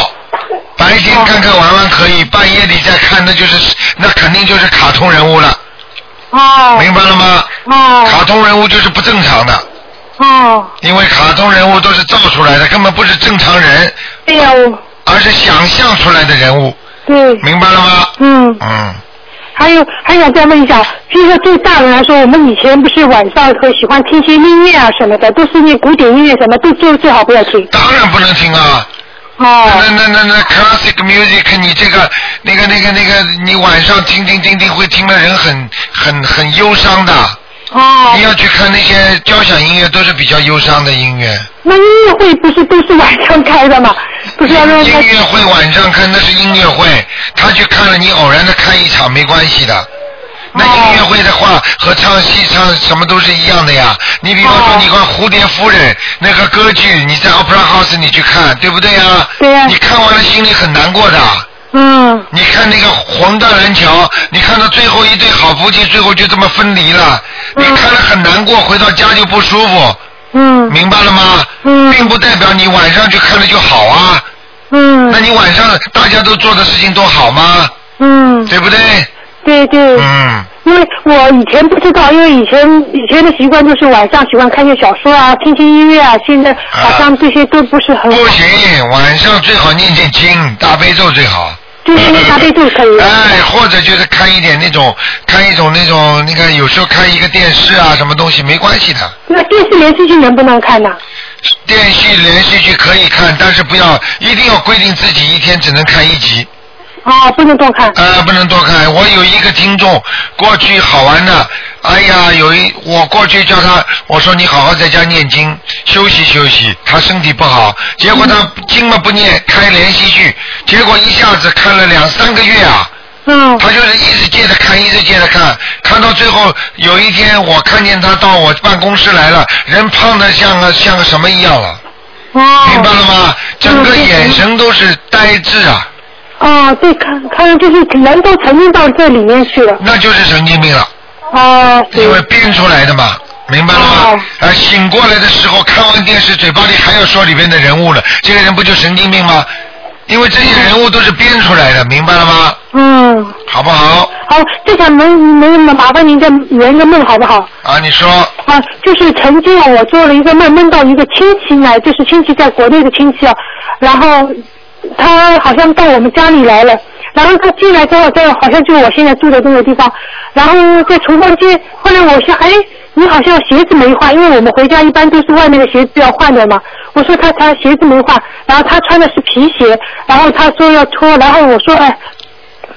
白天看看玩玩可以，半夜里再看那就是那肯定就是卡通人物了，
哦
明白了吗？
哦
卡通人物就是不正常的，
哦，
因为卡通人物都是造出来的，根本不是正常人，
对呀、我
而是想象出来的人物，
对，
明白了吗？
嗯，
嗯，
还有还想再问一下，就是对大人来说，我们以前不是晚上会喜欢听些音乐啊什么的，都是那古典音乐什么，都最最好不要听。
当然不能听啊。
哦
那那那那 classic music，你这个那个那个那个，你晚上听听听听，会听的人很很很忧伤的。
哦
你，要去看那些交响音乐，都是比较忧伤的音乐。
那音乐会不是都是晚上开的嘛？不是要让他
音乐会晚上看那是音乐会，他去看了，你偶然的看一场没关系
哦
的。那音乐会的话和唱戏唱什么都是一样的呀。你比方说
哦
你看《蝴蝶夫人》那个歌剧，你在 Opera House 你去看，对不对呀？
对呀
你看完了心里很难过的。
嗯
你看那个黄大蓝桥，你看到最后一对好夫妻，最后就这么分离了，你看了很难过，回到家就不舒服，
嗯
明白了吗？
嗯
并不代表你晚上去看了就好啊。
嗯
那你晚上大家都做的事情都好吗？
嗯，
对不对？
对对，
嗯，
因为我以前不知道，因为以前以前的习惯就是晚上喜欢看些小说啊，听听音乐啊，现在好像这些都不是很好
不，行，晚上最好念念经，大悲咒最好。
就是那咖啡就可以了。
哎，或者就是看一点那种，看一种那种那个，有时候看一个电视啊，什么东西没关系的。
那电视连续剧能不能看呢？
电视连续剧可以看，但是不要一定要规定自己一天只能看一集，
哦
啊，不能多看。
呃，不能多看。我有一个听众，过去好玩的，哎呀，有一我过去叫他，我说你好好在家念经，休息休息，他身体不好，结果他经嘛不念，开连续剧，结果一下子看了两三个月啊。
嗯
他就是一直接着看，一直接着看，看到最后有一天，我看见他到我办公室来了，人胖的像个像个什么一样了，明白
哦
了吗？整个眼神都是呆滞啊，
哦，对，看看来就是人都沉浸到这里面去了。
那就是神经病了，
哦，对
因为编出来的嘛，明白了吗
哦？
啊，醒过来的时候看完电视，嘴巴里还要说里面的人物了，这个人不就神经病吗？因为这些人物都是编出来的，明白了吗？
嗯，
好不好？
好，这下能能麻烦您再圆个梦好不好？
啊，你说
啊，就是曾经啊，我做了一个梦，梦到一个亲戚来，就是亲戚在国内的亲戚啊，然后他好像到我们家里来了，然后他进来之后，在好像就是我现在住的这个地方，然后在厨房间，后来我想，哎，你好像鞋子没换，因为我们回家一般都是外面的鞋子要换的嘛，我说他他鞋子没换，然后他穿的是皮鞋，然后他说要脱，然后我说哎，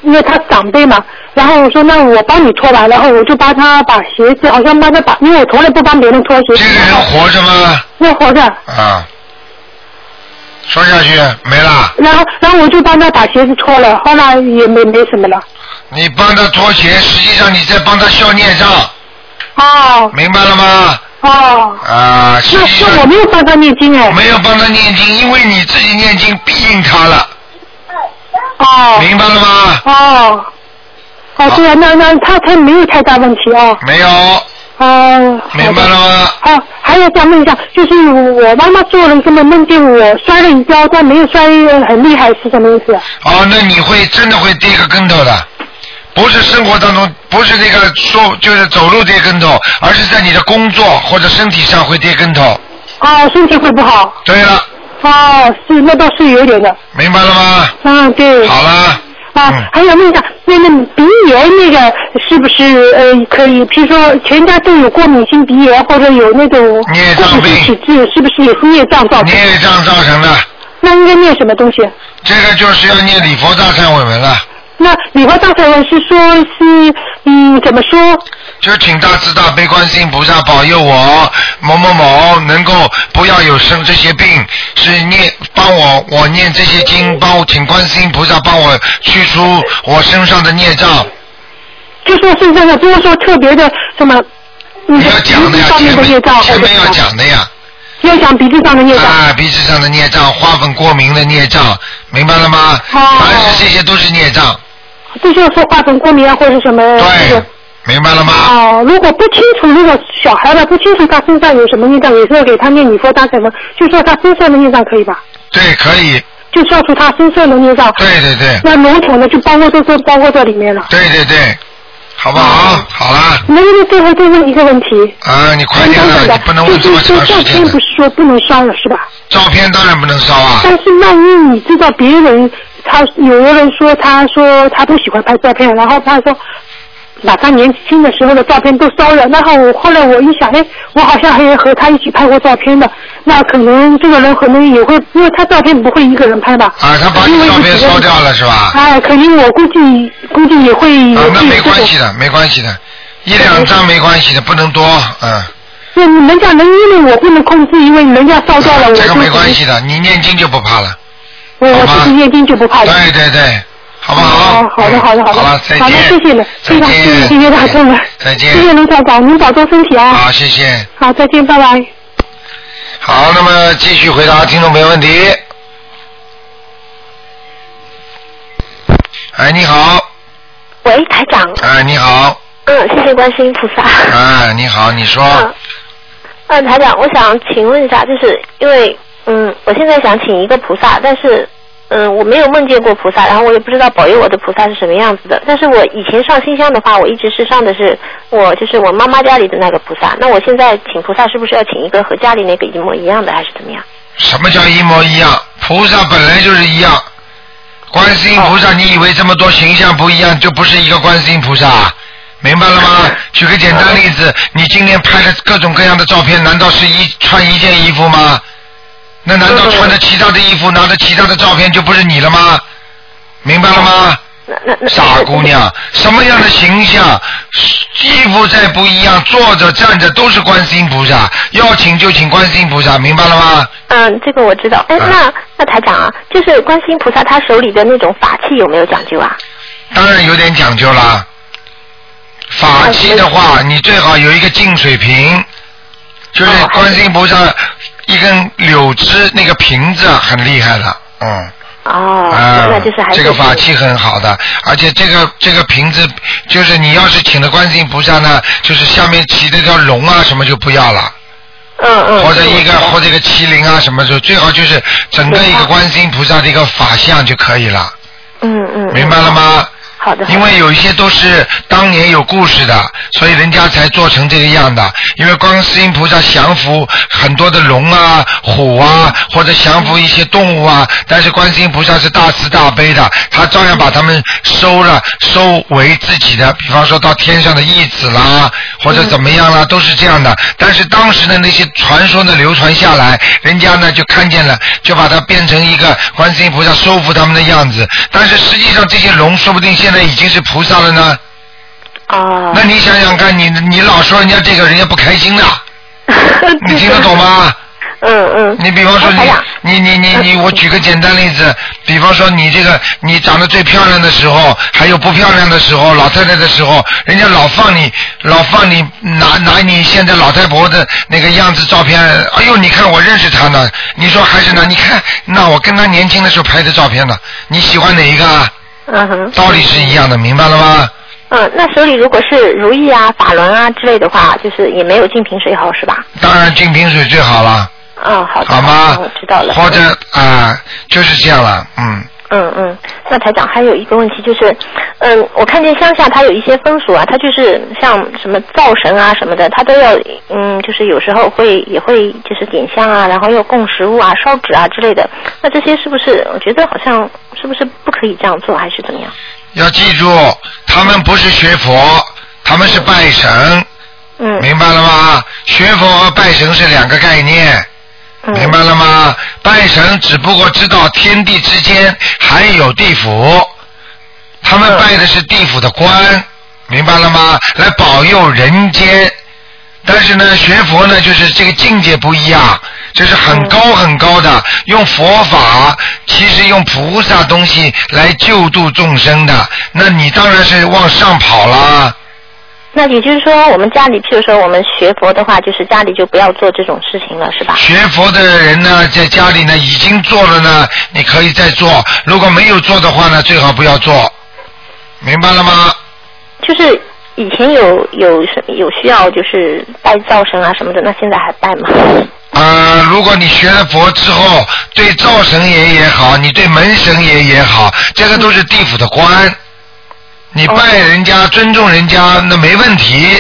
因为他长辈嘛，然后我说那我帮你脱吧，然后我就帮他把鞋子，好像帮他把，因为我从来不帮别人脱鞋
这
子
个人
嘛，
活着吗？
那活着，
啊，说下去没啦。
然后然后我就帮他把鞋子脱了，后来也没没什么了。
你帮他脱鞋，实际上你在帮他消孽障，
哦
明白了吗？
哦，
啊，实
那
际
那我
上
没有帮他念经哎，
没有帮他念经，因为你自己念经庇应他了，
哦
明白了吗？
哦哦，对啊，那那他他没有太大问题啊，
没有，
哦，好的
明白了吗？
哦，还有想问一下，就是我妈妈做了一个梦，梦见我摔了一跤，但没有摔很厉害，是什么意思？
哦，那你会真的会跌个跟头的，不是生活当中，不是那个说就是走路跌跟头，而是在你的工作或者身体上会跌跟头。
哦，身体会不好。
对了，
哦，是，那倒是有点的。
明白了吗？
嗯，对。
好了，
啊
嗯，
还有那个那个鼻炎那个是不是呃可以？譬如说全家都有过敏性鼻炎或者有那种
孽障
过敏性
病
体质，是不是也是孽障造成？
孽障造成的。
那应该念什么东西？
这个就是要念礼佛大忏悔文了，
那礼佛大忏文是说是嗯怎么说？
就请大慈大悲观世音菩萨保佑我某某某能够不要有生这些病，是念帮我我念这些经，帮我请观世音菩萨帮我去除我身上的孽障。
就说是这个，不是说特别的什么。你
你
的
要
鼻
讲的呀，前
子上面嗯的孽障，
面
或
前
者
面要
什么
讲的呀，
要讲鼻子上的孽障。
啊，鼻子上的孽障、花粉过敏的孽障，明白了吗？
哦
凡是这些都是孽障，
这就是说花粉过敏啊，或者什么那
对
个。，
明白了吗？
哦，如果不清楚，如果小孩的不清楚他身上有什么孽障，也是要给他念你说大什么，就说他身上的孽障可以吧？
对，可以，
就消除他身上的孽障。
对对对，
那笼统的就包括这这包括这里面了。
对对对，好不好？
哦
好了。
能不能最后再问一个问题？
啊，你快
很
点了，
简单
你不能
嗯的，
问这
就
么
是说
长
照
时间
片
的
不。是说不能烧了是吧？
照片当然不能烧啊，
但是万一你知道别人，他有的人说他说他不喜欢拍照片，然后他说把他年轻的时候的照片都烧了，然后我后来我一想，哎，我好像还和他一起拍过照片的，那可能这个人可能也会，因为他照片不会一个人 拍吧？
啊，他把你照片烧掉了是吧？啊，
哎，肯定我估计估计也会有
那
这
没关
种
系，的，没关系的，一两
嗯
张没关系的，不能多，嗯，
那你人家能因为我不能控制，因为人家烧掉了，我
这个
就
没关系的，你念经就不怕了，
我
好
我
吧
自己念经就不怕了。
对对对，好不
哦好的，好的，好的，
好了，再见。
好的，谢谢了，
再
非常谢谢，
见，
谢谢打通了，
再见。
谢谢卢校长，您保重身体啊，
好，谢谢。
好，再见，拜拜。
好，那么继续回答听众朋友问题。哎，你好，
喂，台长，
哎，你好，啊
嗯，谢谢观世音菩萨。
啊
哎，你好，你说。
嗯，
嗯，台长，我想请问一下，就是因为嗯，我现在想请一个菩萨，但是嗯，我没有梦见过菩萨，然后我也不知道保佑我的菩萨是什么样子的。但是我以前上新香的话，我一直是上的是我就是我妈妈家里的那个菩萨。那我现在请菩萨是不是要请一个和家里那个一模一样的，还是怎么样？
什么叫一模一样？菩萨本来就是一样。观世音菩萨，你以为这么多形象不一样就不是一个观世音菩萨啊？明白了吗？举个简单例子，你今天拍的各种各样的照片，难道是一穿一件衣服吗？那难道穿着其他的衣服，拿着其他的照片就不是你了吗？明白了吗？
哦
傻姑娘，什么样的形象，衣服再不一样，坐着站着都是观世音菩萨，要请就请观世音菩萨，明白了吗？
嗯，这个我知道。哎，那那台长啊，就是观世音菩萨他手里的那种法器有没有讲究啊？
当然有点讲究啦。法器的
哦
话，你最好有一个净水瓶，
哦
就是观世音菩萨一根柳枝那个瓶子很厉害了，嗯。
哦，
啊、
那就是还是
这个法器很好的，而且这个这个瓶子，就是你要是请了观世音菩萨呢，就是下面骑那条龙啊什么就不要了。
嗯嗯。
或者一个或者一个麒麟啊什么就最好就是整个一个观世音菩萨的一个法相就可以了，
嗯嗯。
明白了吗？
好的。
因 为有一些都是当年有故事的，所以人家才做成这个样的。因为观世音菩萨降服很多的龙啊、虎啊，或者降服一些动物啊，但是观世音菩萨是大慈大悲的，他照样把他们收了，收为自己的。比方说到天上的义子啦，或者怎么样啦，都是这样的。但是当时的那些传说呢，流传下来，人家呢就看见了，就把它变成一个观世音菩萨收服他们的样子。但是实际上这些龙说不定现在已经是菩萨了呢。
哦。
那你想想看，你你老说人家这个，人家不开心的。你听得懂吗？
嗯嗯。
你比方说你你你你你，我举个简单例子，比方说你这个你长得最漂亮的时候，还有不漂亮的时候，老太太的时候，人家老放你老放你拿拿你现在老太婆的那个样子照片，哎呦，你看我认识她呢，你说还是呢？你看那我跟她年轻的时候拍的照片呢，你喜欢哪一个？啊？
嗯哼。
道理是一样的，明白了吗？
嗯，那手里如果是如意啊、法轮啊之类的话，就是也没有净瓶水好是吧？
当然净瓶水最好了，
嗯，好的。
好吗？
我知道了。
或者啊、就是这样了，嗯。
嗯嗯，那台长还有一个问题就是，嗯，我看见乡下它有一些风俗啊，它就是像什么灶神啊什么的，它都要嗯，就是有时候会也会就是点香啊，然后要供食物啊、烧纸啊之类的。那这些是不是？我觉得好像是不是不可以这样做，还是怎么样？
要记住，他们不是学佛，他们是拜神。
嗯。
明白了吗？学佛和拜神是两个概念。
嗯
明白了吗？拜神只不过知道天地之间还有地府，他们拜的是地府的官，明白了吗？来保佑人间。但是呢，学佛呢，就是这个境界不一样，这是很高很高的，用佛法，其实用菩萨东西来救度众生的，那你当然是往上跑啦。
那也就是说，我们家里，譬如说我们学佛的话，就是家里就不要做这种事情了，是吧？
学佛的人呢，在家里呢已经做了呢，你可以再做；如果没有做的话呢，最好不要做，明白了吗？
就是以前有有什有需要就是拜灶神啊什么的，那现在还拜吗？
呃，如果你学了佛之后，对灶神爷也好，你对门神爷也好，这个都是地府的官，你拜人家、尊重人家，那没问题，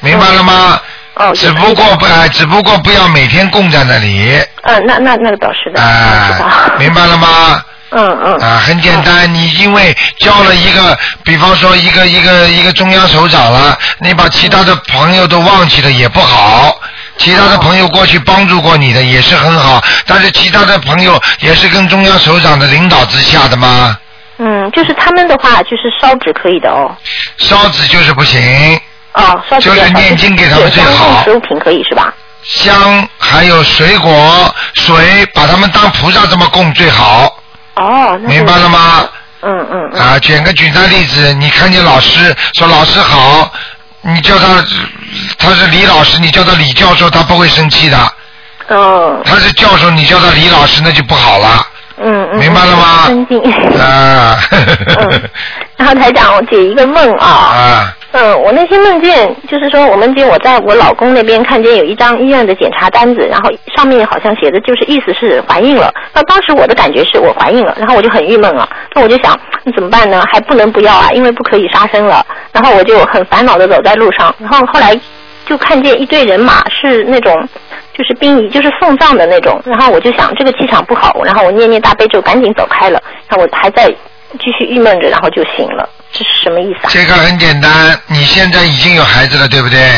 明白了吗？
哦，
只不过不，哎只不过不要每天供在那里，
嗯，那那那个倒是的，
啊、明白了吗？
嗯嗯。
啊，很简单，你因为交了一个，比方说一个一个一个中央首长了，你把其他的朋友都忘记了也不好。其他的朋友过去帮助过你的也是很好，但是其他的朋友也是跟中央首长的领导之下的吗？
嗯，就是他们的话就是烧纸可以的哦，
烧纸就是不行，
哦，烧纸
就是
比较少
念经给他们最
就是
好
香供食物品可以是吧？
香还有水果水，把他们当菩萨这么供最好。
哦，那
明白了吗？
嗯嗯
啊，举个简单例子，你看见老师说老师好，你叫他他是李老师，你叫他李教授，他不会生气的。
哦。
他是教授，你叫他李老师，那就不好了。
嗯嗯，
明白了吗
尊敬。
啊，
然后台长，我解一个梦啊。
啊。
嗯，我那天梦见，就是说我梦见我在我老公那边看见有一张医院的检查单子，然后上面好像写的就是意思是怀孕了。那当时我的感觉是我怀孕了，然后我就很郁闷啊。那我就想，那怎么办呢？还不能不要啊，因为不可以杀生了。然后我就很烦恼的走在路上，然后后来就看见一队人马是那种就是殡仪，就是送葬的那种。然后我就想这个气场不好，然后我念念大悲咒，赶紧走开了。然后我还在继续郁闷着，然后就醒了。这是什么意思啊？
这个很简单，你现在已经有孩子了，对不对？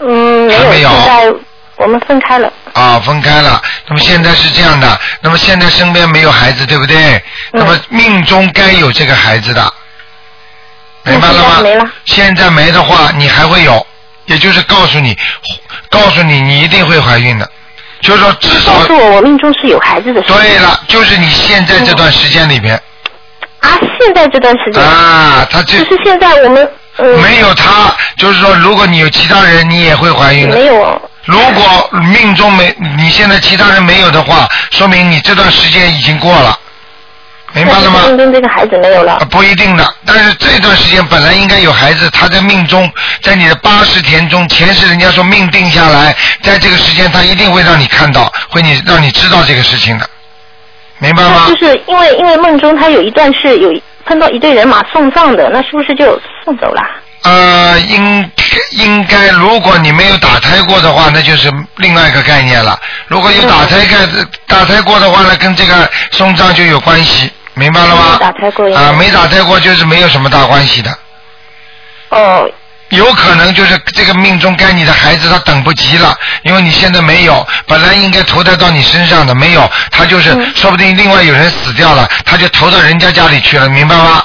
嗯，没
还没有
现在我们分开了。
啊，分开了。那么现在是这样的，那么现在身边没有孩子，对不对？
嗯
那么命中该有这个孩子的，明白了吗？
没了。
现在没的话，你还会有，也就是告诉你，告诉你，你一定会怀孕的，就是说至少
告。诉我，我命中是有孩子的。是吗
哦对了，就是你现在这段时间里边
啊，现在这段时间，
啊，他这
就是现在我们嗯
没有他，就是说，如果你有其他人，你也会怀孕的。
没有
如果命中没你现在其他人没有的话，说明你这段时间已经过了，明白了吗
但是？命中这个孩子没有了
啊，不一定的，但是这段时间本来应该有孩子，他在命中，在你的八十田中，前世人家说命定下来，在这个时间他一定会让你看到，会你让你知道这个事情的，明白吗
那就？是因为因为梦中他有一段是有碰到一队人马送葬的，那是不是就送走了？
呃，应应该，如果你没有打胎过的话，那就是另外一个概念了。如果有打胎概打胎过的话呢，跟这个送葬就有关系，明白了吗
没？打胎过呀
啊、没打胎过就是没有什么大关系的。
哦，
有可能就是这个命中该你的孩子他等不及了，因为你现在没有，本来应该投胎到你身上的没有，他就是、
嗯
说不定另外有人死掉了，他就投到人家家里去了，明白吗？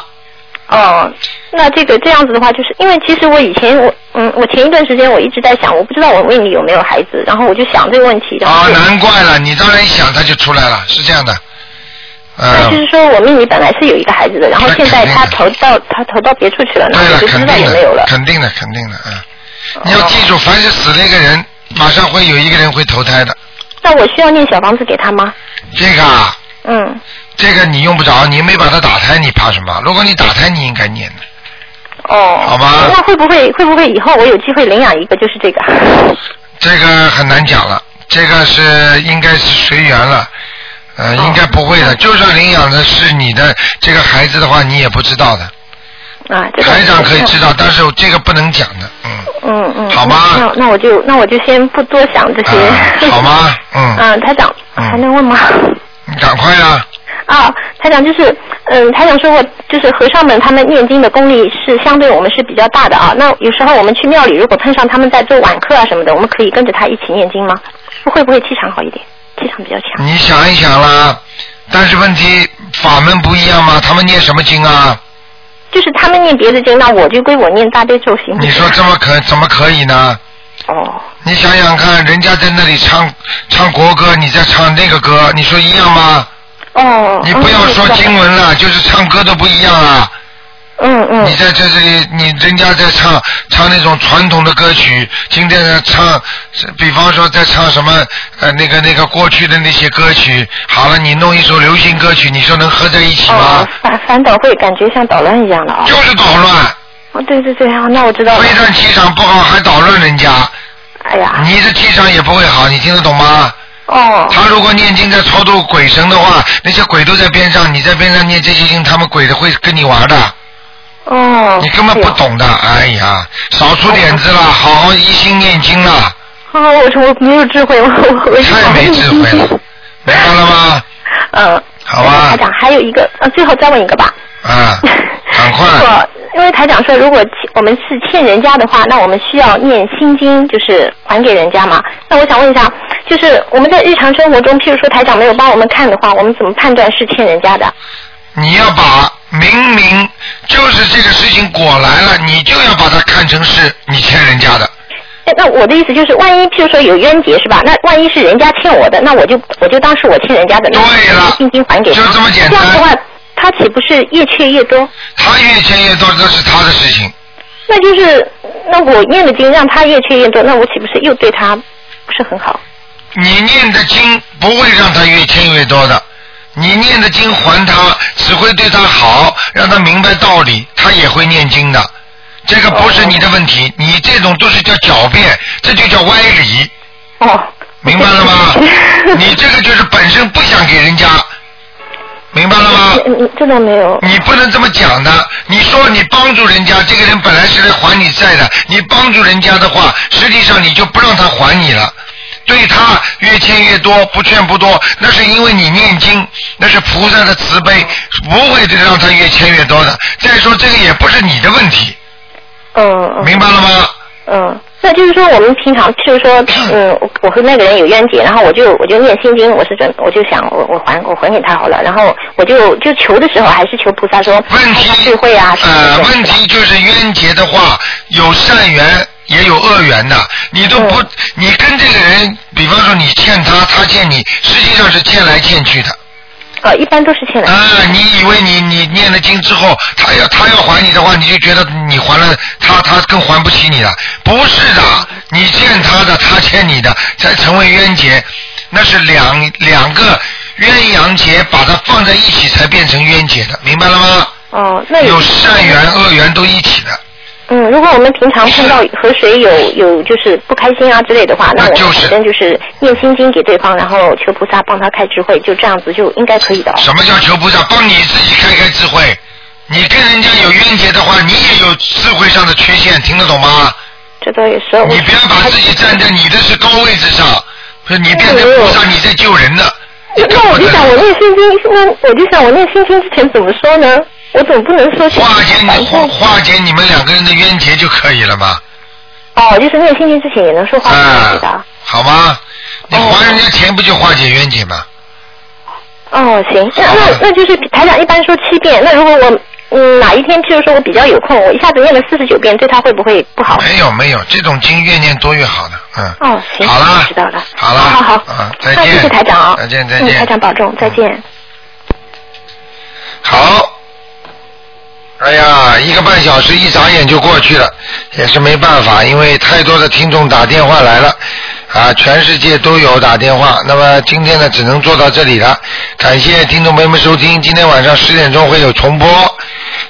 哦，那这个这样子的话，就是因为其实我以前我嗯，我前一段时间我一直在想，我不知道我胃里有没有孩子，然后我就想这个问题，然
啊、
后就、
难怪了，你当然一想他就出来了，是这样的。
那就是
嗯，
说我命里本来是有一个孩子的，然后
那
现
肯
在
定
他
的
投到他投到别处去了，那
对
我
了，
就不知
肯
道
定
有没有
的
了，。哦
肯定的，肯定的，嗯。你要记住，凡是死了一个人，马上会有一个人会投胎的。
那我需要念小房子给他吗？
这个啊，
嗯，
这个你用不着，你没把他打胎，你怕什么？如果你打胎，你应该念的。
哦，
好吧
那会不会会不会以后我有机会领养一个就是这个？
这个很难讲了，这个是应该是随缘了，呃，应该不会的。就算领养的是你的这个孩子的话，你也不知道的。
啊，这个
台长可以知道，但是这个不能讲的，嗯，
嗯嗯，
好吗
那那我就那我就先不多想这些，
啊， 好？吗？嗯，
嗯，台长
嗯
还能问吗？
你赶快啊，
啊，台长就是，嗯，台长说过，就是和尚们他们念经的功力是相对我们是比较大的啊。那有时候我们去庙里，如果碰上他们在做晚课啊什么的，我们可以跟着他一起念经吗？会不会气场好一点？气场比较强。
你想一想啦。但是问题法门不一样吗？他们念什么经啊？
就是他们念别的经，那我就归我念大悲咒行不行。
你说这么可怎么可以呢？
哦，
你想想看，人家在那里唱唱国歌，你在唱那个歌，你说一样吗？
哦。
你不要
嗯
说经。文 了，就是唱歌都不一样啊！
嗯嗯
你。在这这里，你人家在唱唱那种传统的歌曲，今天呢唱，比方说在唱什么呃那个那个过去的那些歌曲，好了，你弄一首流行歌曲，你说能合在一起吗
哦，？反反倒会感觉像捣乱一样了啊、
就是捣乱，
哦，对对对，哦，那我知道了
非。但气场不好还捣乱人家，
哎呀，
你的气场也不会好，你听得懂吗？
哦，
他如果念经在超度鬼神的话，那些鬼都在边上，你在边上念这些经，他们鬼的会跟你玩的。
哦，
你根本不
哎呦。
懂的，哎呀，少出点子啦，好好一心念经啦，
哦，我我没有智慧，我我我
太没智慧了，明白了吗？
嗯，
好啊吧
台长，还有一个，呃，最后再问一个吧。
啊， 赶
如
快，
果因为台长说，如果欠我们是欠人家的话，那我们需要念心经，就是还给人家嘛。那我想问一下，就是我们在日常生活中，譬如说台长没有帮我们看的话，我们怎么判断是欠人家的？
你要把明明就是这个事情果来了，你就要把它看成是你欠人家的，
哎那我的意思就是，万一譬如说有冤结是吧？那万一是人家欠我的，那我就我就当是我欠人家的，那
对了
我心经还给他。
就这么简单
这样的话，他岂不是越缺越多？
他越欠越多，那是他的事情，
那就是那我念的经让他越缺越多，那我岂不是又对他不是很好？
你念的经不会让他越欠越多的。你念的经还他，只会对他好，让他明白道理，他也会念经的。这个不是你的问题，你这种都是叫狡辩，这就叫歪理。
哦，
明白了吗？你这个就是本身不想给人家，明白了吗？
嗯，这倒没有。
你不能这么讲的。你说你帮助人家，这个人本来是来还你债的，你帮助人家的话，实际上你就不让他还你了。对他越欠越多，不欠不多，那是因为你念经，那是菩萨的慈悲，不会让他越欠越多的。再说这个也不是你的问题，
嗯嗯
明白了吗？
嗯，那就是说我们平常就是 说，嗯，我我和那个人有冤结，然后我就我就念心经，我是准我就想我我还我还给他好了，然后我就就求的时候还是求菩萨说
问
开
题
智慧啊什么
呃，
的。
问题就是冤结的话，有善缘也有恶缘的。你都
嗯
不，你跟这个人，比方说你欠他，他欠你，实际上是欠来欠去的。
呃，一般都是欠来
啊、你以为你你念了经之后，他要他要还你的话，你就觉得你还了他，他更还不起你了。不是的，你欠他的，他欠你的，才成为冤结。那是两两个鸳鸯结，把它放在一起才变成冤结的，明白了吗？
哦，那
有善缘恶缘都一起的，
嗯，如果我们平常碰到和谁有有就是不开心啊之类的话，那我
那
们
就是
反正就是念心经给对方，然后求菩萨帮他开智慧，就这样子就应该可以的哦。
什么叫求菩萨帮你自己开开智慧？你跟人家有冤结的话，你也有智慧上的缺陷，听得懂吗？
这倒也是。哎我
你不要把自己站在你的是高位置上，不是你变成菩萨，你在救人呢。
那哎那我就想，我念心经，那我就想，我念心经之前怎么说呢？我总不能说是哎
化解你
反
化
正
化解你们两个人的冤结就可以了嘛，
哦，就是念心经之前也能说话
啊
是的。，
好吗？你
哦
还人家钱不就化解冤结吗？
哦，行，那
好
那那就是台长一般说七遍，那如果我嗯哪一天就是说我比较有空，我一下子念了四十九遍，对他会不会不好？
没有没有，这种经越念多越好的，嗯。
哦，行，
好了
知道了，
好了
好好
嗯
好，
再见
那谢谢台长啊，
再见再
嗯，
见
台长保重，再见。
好，哎呀，一个半小时一眨眼就过去了，也是没办法，因为太多的听众打电话来了，啊，全世界都有打电话。那么今天呢，只能做到这里了，感谢听众朋友们收听，今天晚上十点钟会有重播。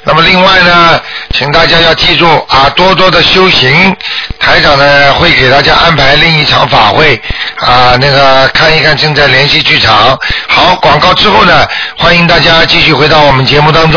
那么另外呢，请大家要记住啊，多多的修行。台长呢会给大家安排另一场法会啊，那个看一看正在联系剧场。好，广告之后呢，欢迎大家继续回到我们节目当中。